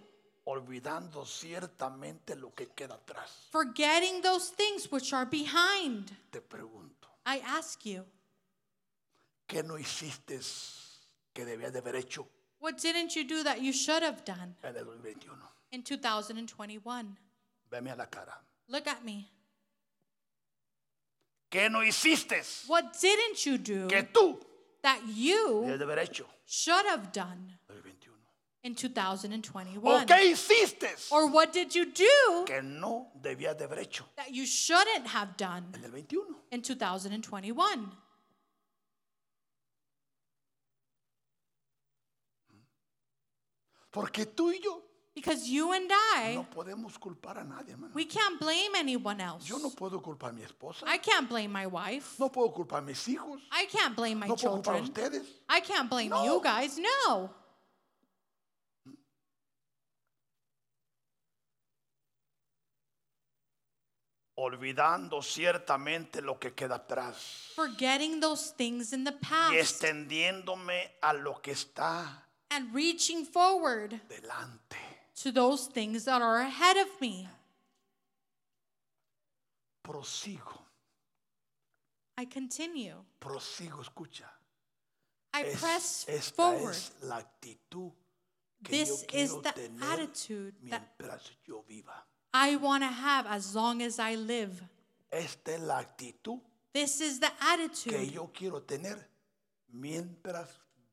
S1: olvidando ciertamente lo que queda atrás.
S2: forgetting those things which are behind."
S1: Te pregunto,
S2: I ask you,
S1: ¿qué no hiciste que debías de haber hecho
S2: what didn't you do that you should have done
S1: en el 2021?
S2: in 2021?
S1: Veme a la cara.
S2: Look at me.
S1: ¿Qué no hiciste
S2: What didn't you do
S1: que tú
S2: that you
S1: debías de haber hecho
S2: should have done
S1: en el 21?
S2: in
S1: ¿O
S2: 2021?
S1: qué hiciste
S2: Or what did you do
S1: que no debías de haber hecho
S2: that you shouldn't have done
S1: en el 21?
S2: in 2021?
S1: Porque tú y yo
S2: Because you and I,
S1: no podemos culpar a nadie, hermano.
S2: Eh. we can't blame anyone else.
S1: Yo no puedo culpar a mi esposa.
S2: I can't blame my wife.
S1: No puedo culpar a mis hijos.
S2: I can't blame my
S1: No puedo culpar a
S2: children.
S1: ustedes.
S2: I can't blame
S1: No.
S2: you guys. No.
S1: Olvidando ciertamente lo que queda atrás
S2: Forgetting those things in the
S1: y
S2: past
S1: extendiéndome a lo que está
S2: and reaching forward
S1: delante.
S2: to those things that are ahead of me.
S1: Prosigo,
S2: I continue.
S1: prosigo, escucha.
S2: I
S1: Es-
S2: press
S1: esta
S2: forward.
S1: es la actitud que
S2: This
S1: yo
S2: is
S1: quiero
S2: the
S1: tener
S2: attitude that
S1: mientras yo viva.
S2: I want to have as long as I live.
S1: Esta es la actitud
S2: This is the
S1: que
S2: attitude
S1: yo quiero tener mientras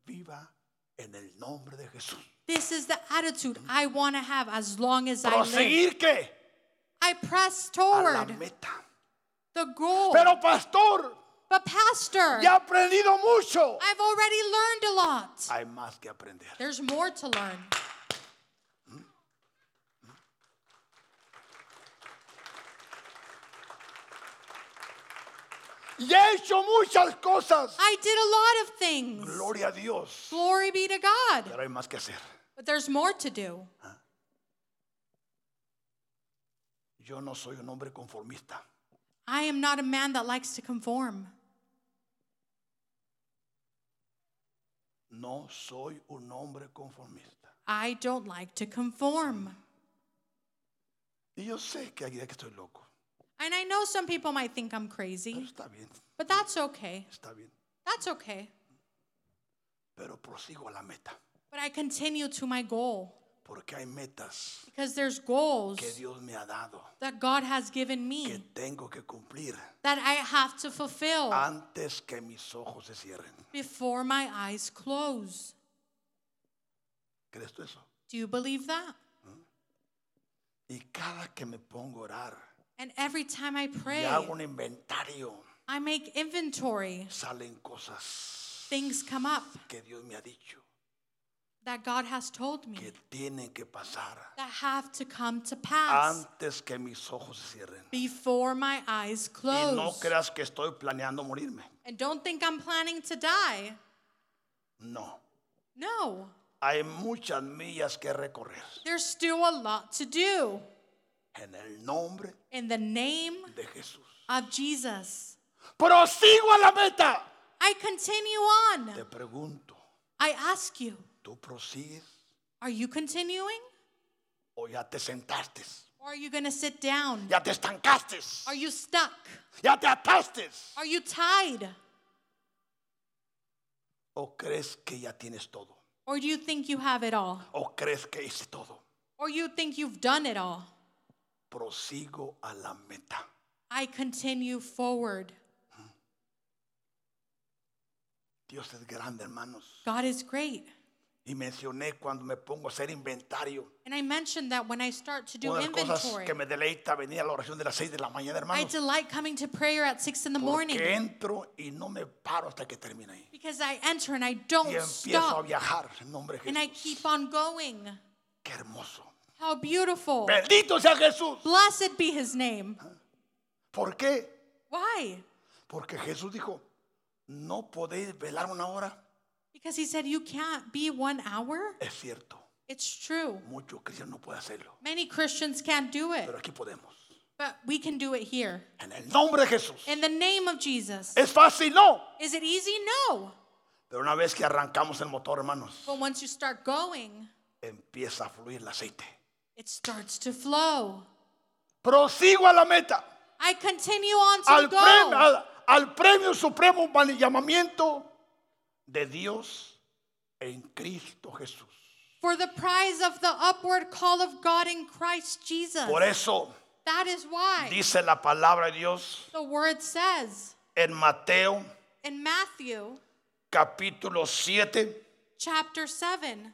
S1: viva en el nombre de Jesús.
S2: This is the attitude I want to have as long as I live.
S1: Proseguir qué?
S2: I press
S1: A la
S2: toward
S1: meta.
S2: the goal.
S1: Pero pastor,
S2: But, Pastor,
S1: ya he aprendido mucho.
S2: I've already learned a lot.
S1: Hay más que aprender.
S2: There's more to learn.
S1: Y he hecho muchas cosas.
S2: I did a lot of things.
S1: Gloria a Dios.
S2: Glory be to God.
S1: Pero hay más que hacer.
S2: But there's more to do.
S1: Yo no soy un hombre conformista.
S2: I am not a man that likes to conform.
S1: No soy un hombre conformista.
S2: I don't like to conform.
S1: Y yo sé que hay días que estoy loco.
S2: And I know some people might think I'm
S1: Pero
S2: crazy,
S1: está bien,
S2: but that's okay.
S1: está bien.
S2: That's okay.
S1: Pero prosigo a la meta.
S2: But I continue to my goal
S1: Porque hay metas
S2: because there's goals
S1: que Dios me ha dado
S2: that God has given
S1: que
S2: me
S1: tengo que cumplir
S2: that I have to fulfill
S1: Ah. antes que mis ojos se cierren.
S2: before my eyes close.
S1: ¿Crees tú eso?
S2: Do you believe that?
S1: Y cada que me pongo a orar
S2: And every time I
S1: y
S2: pray,
S1: hago un inventario,
S2: I make inventory.
S1: salen cosas
S2: Things come up
S1: que Dios me ha dicho
S2: that God has told me
S1: que tienen que pasar
S2: that have to come to pass
S1: antes que mis ojos se cierren.
S2: before my eyes
S1: Y no
S2: close.
S1: creas que estoy planeando morirme.
S2: And don't think I'm planning to die.
S1: No.
S2: No,
S1: Hay muchas millas que recorrer.
S2: there's still a lot to do.
S1: En el nombre
S2: In the name
S1: de Jesús.
S2: of Jesus,
S1: Prosigo a la meta.
S2: I continue
S1: Te
S2: on.
S1: pregunto,
S2: I ask you,
S1: ¿tú prosigues
S2: are you continuing?
S1: o ya te sentaste?
S2: Or are you going to sit down?
S1: ¿Ya te estancaste?
S2: Are you stuck?
S1: ¿Ya te ataste?
S2: Are you tied?
S1: ¿O crees que ya tienes todo?
S2: Or do you think you have it all?
S1: ¿O crees que hice todo?
S2: Or you think you've done it all?
S1: Prosigo a la meta.
S2: I continue forward.
S1: Dios es grande, hermanos.
S2: God is great.
S1: Y mencioné cuando me pongo a hacer inventario.
S2: And I mentioned that when I start to do
S1: Una de las cosas
S2: inventory,
S1: que me deleita venir a la oración de las 6 de la mañana,
S2: I
S1: hermanos.
S2: delight coming to prayer at six in the morning
S1: Porque entro y no me paro hasta que termine ahí.
S2: because I enter and I
S1: Y
S2: don't
S1: empiezo a
S2: stop
S1: viajar en nombre de
S2: and I
S1: Jesús.
S2: keep on going.
S1: Qué hermoso.
S2: How beautiful.
S1: Bendito sea Jesús.
S2: Blessed be his name.
S1: ¿Por qué?
S2: Why?
S1: Porque Jesús dijo, no podéis velar una hora.
S2: Because he said, You can't be one hour.
S1: Es cierto,
S2: It's true.
S1: muchos cristianos no pueden hacerlo,
S2: Many Christians can't do it,
S1: pero aquí podemos.
S2: but we can do it here.
S1: En el nombre de Jesús.
S2: In the name of Jesus.
S1: Es fácil, no.
S2: Is it easy? No.
S1: Pero una vez que arrancamos el motor, hermanos,
S2: But once you start going,
S1: empieza a fluir el aceite.
S2: it starts to flow.
S1: Prosigo a la meta.
S2: I continue on to
S1: al,
S2: the
S1: premio,
S2: goal.
S1: al- al premio supremo para el llamamiento de Dios en Cristo Jesús.
S2: for the prize of the upward call of God in Christ Jesus.
S1: Por eso
S2: That is why
S1: dice la palabra de Dios
S2: the word says
S1: en Mateo
S2: in Matthew
S1: capítulo 7,
S2: chapter 7,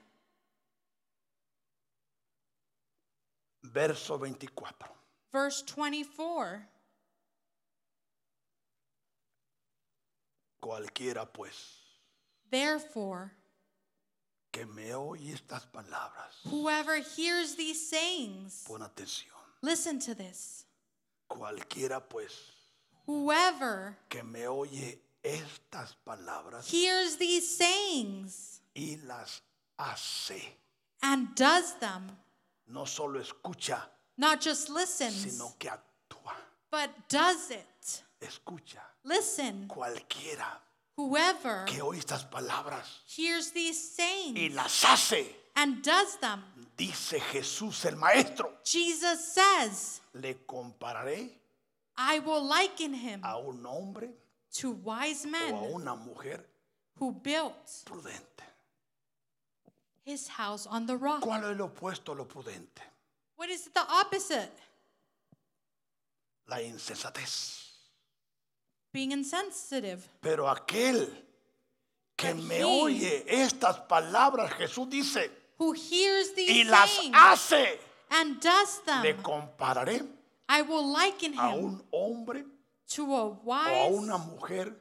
S1: verso 24.
S2: verse 24.
S1: Cualquiera pues
S2: Therefore,
S1: que me oye estas palabras,
S2: whoever hears these sayings,
S1: pon atención.
S2: listen to this.
S1: Cualquiera pues
S2: Whoever
S1: que me oye estas palabras
S2: hears these sayings
S1: y las hace,
S2: and does them,
S1: no solo escucha,
S2: not just listens,
S1: sino que actúa.
S2: but does it.
S1: Escucha,
S2: Listen,
S1: cualquiera
S2: whoever
S1: que oye estas palabras
S2: hears these
S1: y
S2: sayings
S1: las hace,
S2: and does them,
S1: dice Jesús el Maestro,
S2: Jesus says,
S1: le compararé
S2: I will liken him
S1: a un hombre
S2: to wise
S1: o a
S2: men
S1: una mujer
S2: who built
S1: prudente.
S2: his house on the rock.
S1: ¿Cuál es el opuesto a lo prudente?
S2: What is the opposite?
S1: La insensatez.
S2: Being insensitive.
S1: Pero aquel que
S2: But
S1: me
S2: he-
S1: oye estas palabras, Jesús dice,
S2: Who hears
S1: y
S2: these
S1: las
S2: sayings
S1: hace,
S2: and does
S1: le
S2: them,
S1: compararé
S2: I will liken
S1: a
S2: him
S1: un hombre
S2: to a
S1: o a
S2: wise
S1: una mujer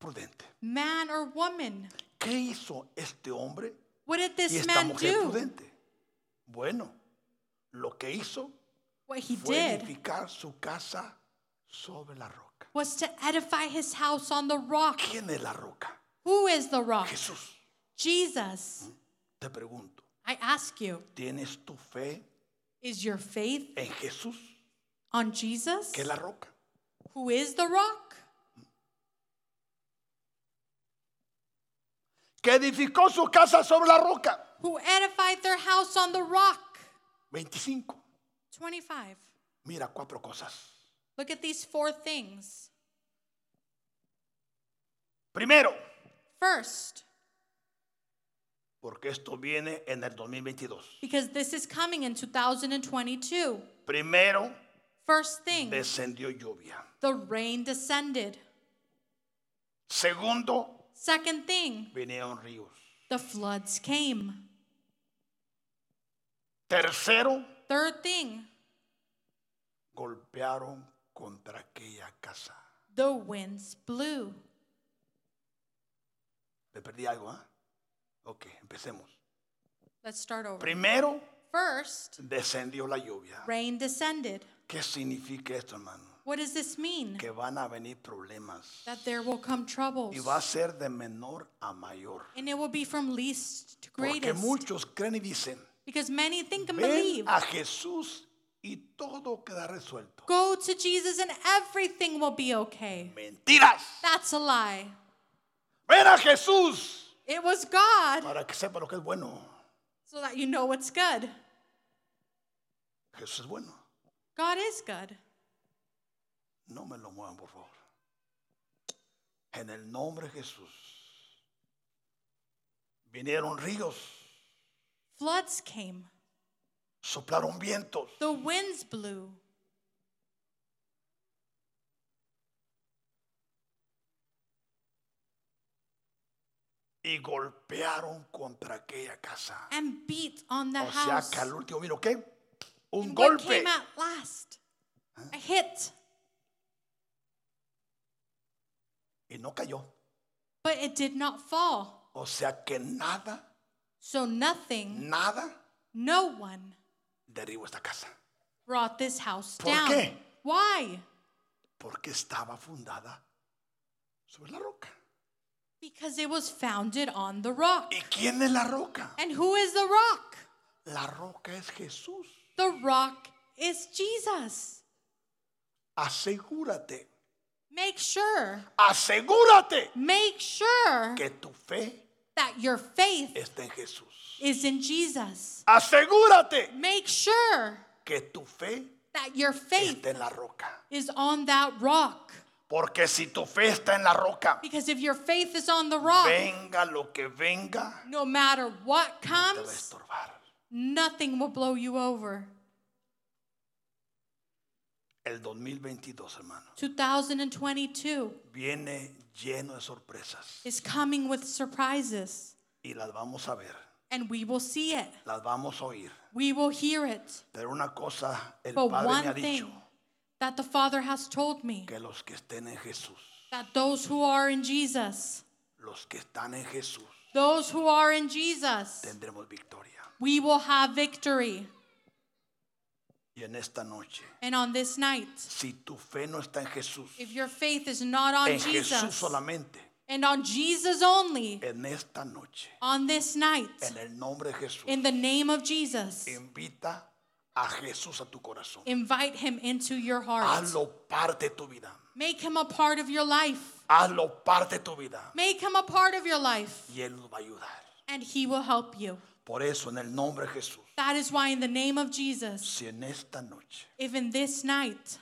S1: prudente.
S2: man or woman.
S1: ¿Qué hizo este hombre
S2: What did
S1: y
S2: this
S1: esta
S2: man
S1: mujer
S2: do?
S1: prudente? Bueno, lo que hizo
S2: What he
S1: fue
S2: did
S1: edificar su casa sobre la roca.
S2: was to edify his house on the rock.
S1: ¿Quién es la roca?
S2: Who is the rock?
S1: Jesús.
S2: Jesus.
S1: Te pregunto,
S2: I ask you,
S1: ¿tienes tu fe
S2: Is your faith
S1: en Jesús,
S2: on Jesus,
S1: que es la roca.
S2: who is the rock,
S1: Que edificó su casa sobre la roca.
S2: who edified their house on the rock?
S1: 25.
S2: 25.
S1: Mira cuatro cosas.
S2: Look at these four things.
S1: Primero,
S2: First,
S1: porque esto viene en el 2022.
S2: because this is coming in 2022.
S1: Primero,
S2: First thing,
S1: descendió lluvia.
S2: the rain descended.
S1: Segundo,
S2: Second thing,
S1: vinieron ríos.
S2: the floods came.
S1: Tercero,
S2: Third thing,
S1: golpearon contra aquella casa.
S2: the winds blew.
S1: Me perdí algo, ¿ah? Ok, empecemos.
S2: Let's start over.
S1: Primero,
S2: First,
S1: descendió la lluvia.
S2: rain descended.
S1: ¿Qué significa esto, hermano?
S2: What does this mean?
S1: Que van a venir problemas.
S2: That there will come troubles.
S1: Y va a ser de menor a mayor.
S2: And it will be from least to
S1: Porque
S2: greatest.
S1: muchos creen y dicen,
S2: Because many think and believe.
S1: ven a Jesús y todo queda resuelto.
S2: Go to Jesus and everything will be okay.
S1: Mentiras.
S2: That's a lie.
S1: Ven a Jesús
S2: It was God
S1: para que sepa lo que es bueno.
S2: so that you know what's good.
S1: Jesús es bueno.
S2: God is good.
S1: No me lo muevan, por favor. En el nombre de Jesús. Vinieron ríos,
S2: Floods came,
S1: soplaron vientos.
S2: the winds blew.
S1: y golpearon contra aquella casa.
S2: and beat on the
S1: O sea
S2: house.
S1: que al último vino qué? Un
S2: And what
S1: golpe.
S2: came out last? A hit,
S1: Y no cayó.
S2: but it did not fall.
S1: O sea que nada,
S2: So nothing,
S1: nada
S2: no one
S1: derribó esta casa.
S2: brought this house
S1: ¿Por
S2: down.
S1: qué?
S2: Why?
S1: Porque estaba fundada sobre la roca.
S2: Because it was founded on the rock.
S1: ¿Y quién es la roca?
S2: And who is the rock?
S1: La roca es Jesús.
S2: The rock is Jesus.
S1: Asegúrate,
S2: Make sure,
S1: asegúrate
S2: make sure
S1: que tu fe
S2: that your faith
S1: está en Jesús.
S2: is in Jesus.
S1: Asegúrate
S2: Make sure
S1: que tu fe
S2: that your faith
S1: está en la roca.
S2: is on that rock.
S1: Porque si tu fe está en la roca,
S2: Because if your faith is on the rock,
S1: venga lo que venga,
S2: no matter what
S1: no te va a
S2: comes,
S1: estorbar.
S2: nothing will blow you over.
S1: El 2022, hermano,
S2: 2022
S1: viene lleno de sorpresas
S2: is coming with surprises,
S1: y las vamos a ver,
S2: and we will see it.
S1: las vamos a oír.
S2: We will hear it.
S1: Pero una cosa el
S2: But
S1: Padre me ha
S2: one thing
S1: dicho,
S2: that the Father has told me
S1: que los que estén en Jesús,
S2: that those who are in Jesus,
S1: los que están en Jesús,
S2: those who are in Jesus,
S1: tendremos victoria.
S2: we will have victory.
S1: Y en esta noche,
S2: And on this night,
S1: si tu fe no está en Jesús,
S2: if your faith is not on
S1: en Jesús
S2: Jesus
S1: solamente,
S2: and on Jesus only,
S1: en esta noche,
S2: on this night,
S1: en el nombre de Jesús,
S2: In the name of Jesus,
S1: invita a Jesús a tu corazón.
S2: invite him into your heart.
S1: Hazlo parte de tu vida.
S2: Make him a part of your life.
S1: Hazlo parte de tu vida.
S2: Make him a part of your life,
S1: Y Él nos va a ayudar.
S2: and he will help you.
S1: Por eso, en el nombre de Jesús,
S2: That is why, in the name of Jesus,
S1: si en esta noche
S2: even this night,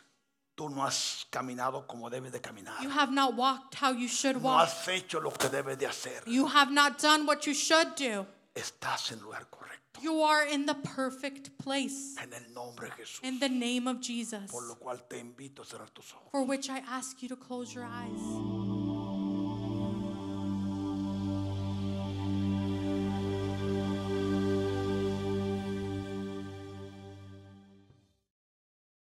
S1: tú no has caminado como debes de caminar,
S2: you have not walked how you should
S1: no
S2: walk,
S1: has hecho lo que debes de hacer,
S2: you have not done what you should do,
S1: estás en el lugar correcto.
S2: you are in the perfect place.
S1: En el nombre de Jesús.
S2: In the name of Jesus,
S1: Por lo cual te invito a cerrar tus ojos.
S2: for which I ask you to close your eyes.